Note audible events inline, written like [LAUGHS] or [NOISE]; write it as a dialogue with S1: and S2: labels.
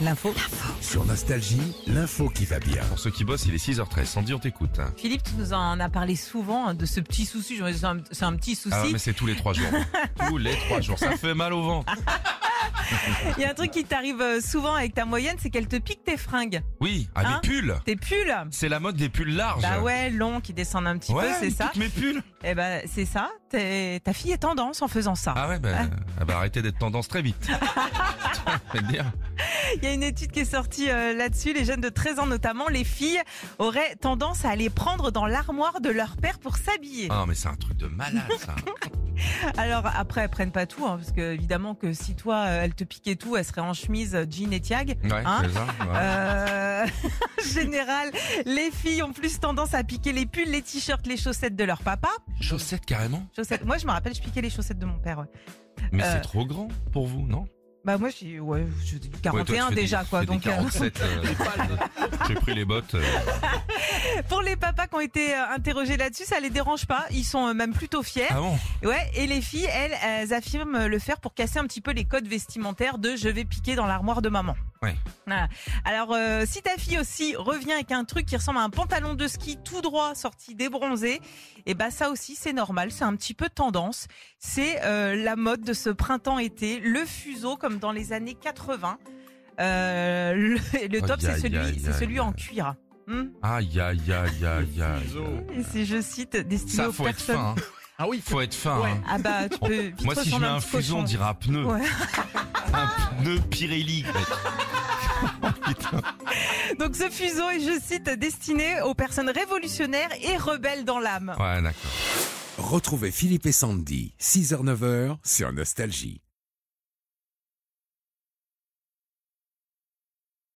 S1: L'info.
S2: Sur Nostalgie, l'info qui va bien.
S3: Pour ceux qui bossent, il est 6h13. Sandy, on t'écoute. hein.
S1: Philippe, tu nous en as parlé souvent hein, de ce petit souci. J'aurais dit, C'est un, c'est un petit souci.
S3: Ah, mais c'est tous les
S1: [LAUGHS]
S3: trois jours. tous les trois jours. Ça fait mal au
S1: Ah.
S3: ventre.
S1: Il y a un truc qui t'arrive euh, souvent avec ta moyenne, c'est qu'elle te pique tes fringues.
S3: Oui, à
S1: Hein
S3: des pulls.
S1: Tes pulls.
S3: C'est la mode des pulls larges.
S1: Bah ouais, longs qui descendent un petit
S3: Ouais,
S1: peu, c'est ça.
S3: toutes mes pulls.
S1: Eh ben, c'est ça. T'es- Ta fille est tendance en faisant ça.
S3: Ah ouais, bah, elle va arrêter d'être tendance très vite.
S1: [LAUGHS]
S3: Je vais te dire.
S1: Il y a une étude qui est sortie euh, là-dessus. Les jeunes de 13 ans, notamment, les filles auraient tendance à aller prendre dans l'armoire de leur père pour s'habiller.
S3: Ah, mais c'est un truc de malade, ça.
S1: Hein
S3: Ah.
S1: Alors après, elles prennent pas tout, hein, parce que évidemment que si toi, euh, elle te piquait tout, elle serait en chemise, euh, jean et tiag.
S3: Ouais,
S1: Hein
S3: c'est ça. ouais.
S1: Euh, [LAUGHS] en général, les filles ont plus tendance à piquer les pulls, les t-shirts, les chaussettes de leur papa.
S3: Chaussettes carrément.
S1: Chaussettes. Moi, je me rappelle, je piquais les chaussettes de mon père. ouais.
S3: Mais
S1: Euh,
S3: c'est trop grand pour vous, non
S1: Bah moi, j'ai ouais, j'ai du
S3: Ouais, toi, tu
S1: 41
S3: fais des-
S1: déjà,
S3: tu
S1: quoi.
S3: fais des
S1: Donc, euh,
S3: 47. euh, J'ai pris les bottes. euh,
S1: [LAUGHS] pour les papas qui ont été euh, interrogés là-dessus, ça les dérange pas. Ils sont euh, même plutôt fiers.
S3: Ah bon
S1: Ouais, et les filles, elles, elles affirment le faire pour casser un petit peu les codes vestimentaires de je vais piquer dans l'armoire de maman.
S3: Ouais.
S1: Voilà. Alors, euh, si ta fille aussi revient avec un truc qui ressemble à un pantalon de ski tout droit sorti débronzé, et ben ça aussi c'est normal, c'est un petit peu tendance. C'est euh, la mode de ce printemps-été, le fuseau comme dans les années 80. Euh, le, le top
S3: Aïe,
S1: c'est
S3: aïe,
S1: celui,
S3: aïe,
S1: c'est
S3: aïe,
S1: celui en
S3: aïe.
S1: cuir. Hmm
S3: Aïe, aïe, aïe, aïe, aïe.
S1: Et c'est, je cite, destiné
S3: Ça,
S1: aux
S3: faut être
S1: personnes.
S3: fin. Ah oui Faut être fin. hein.
S1: Ah bah tu peux. vite
S3: Moi, si je
S1: ressembler
S3: mets
S1: à
S3: un
S1: petit
S3: fuseau, on
S1: cochon.
S3: dira un pneu.
S1: Ouais.
S3: [LAUGHS] un pneu Pirelli. mec.
S1: Donc ce fuseau est, je cite, destiné aux personnes révolutionnaires et rebelles dans l'âme.
S3: Ouais, d'accord.
S2: Retrouvez Philippe et Sandy, 6h-9h sur Nostalgie.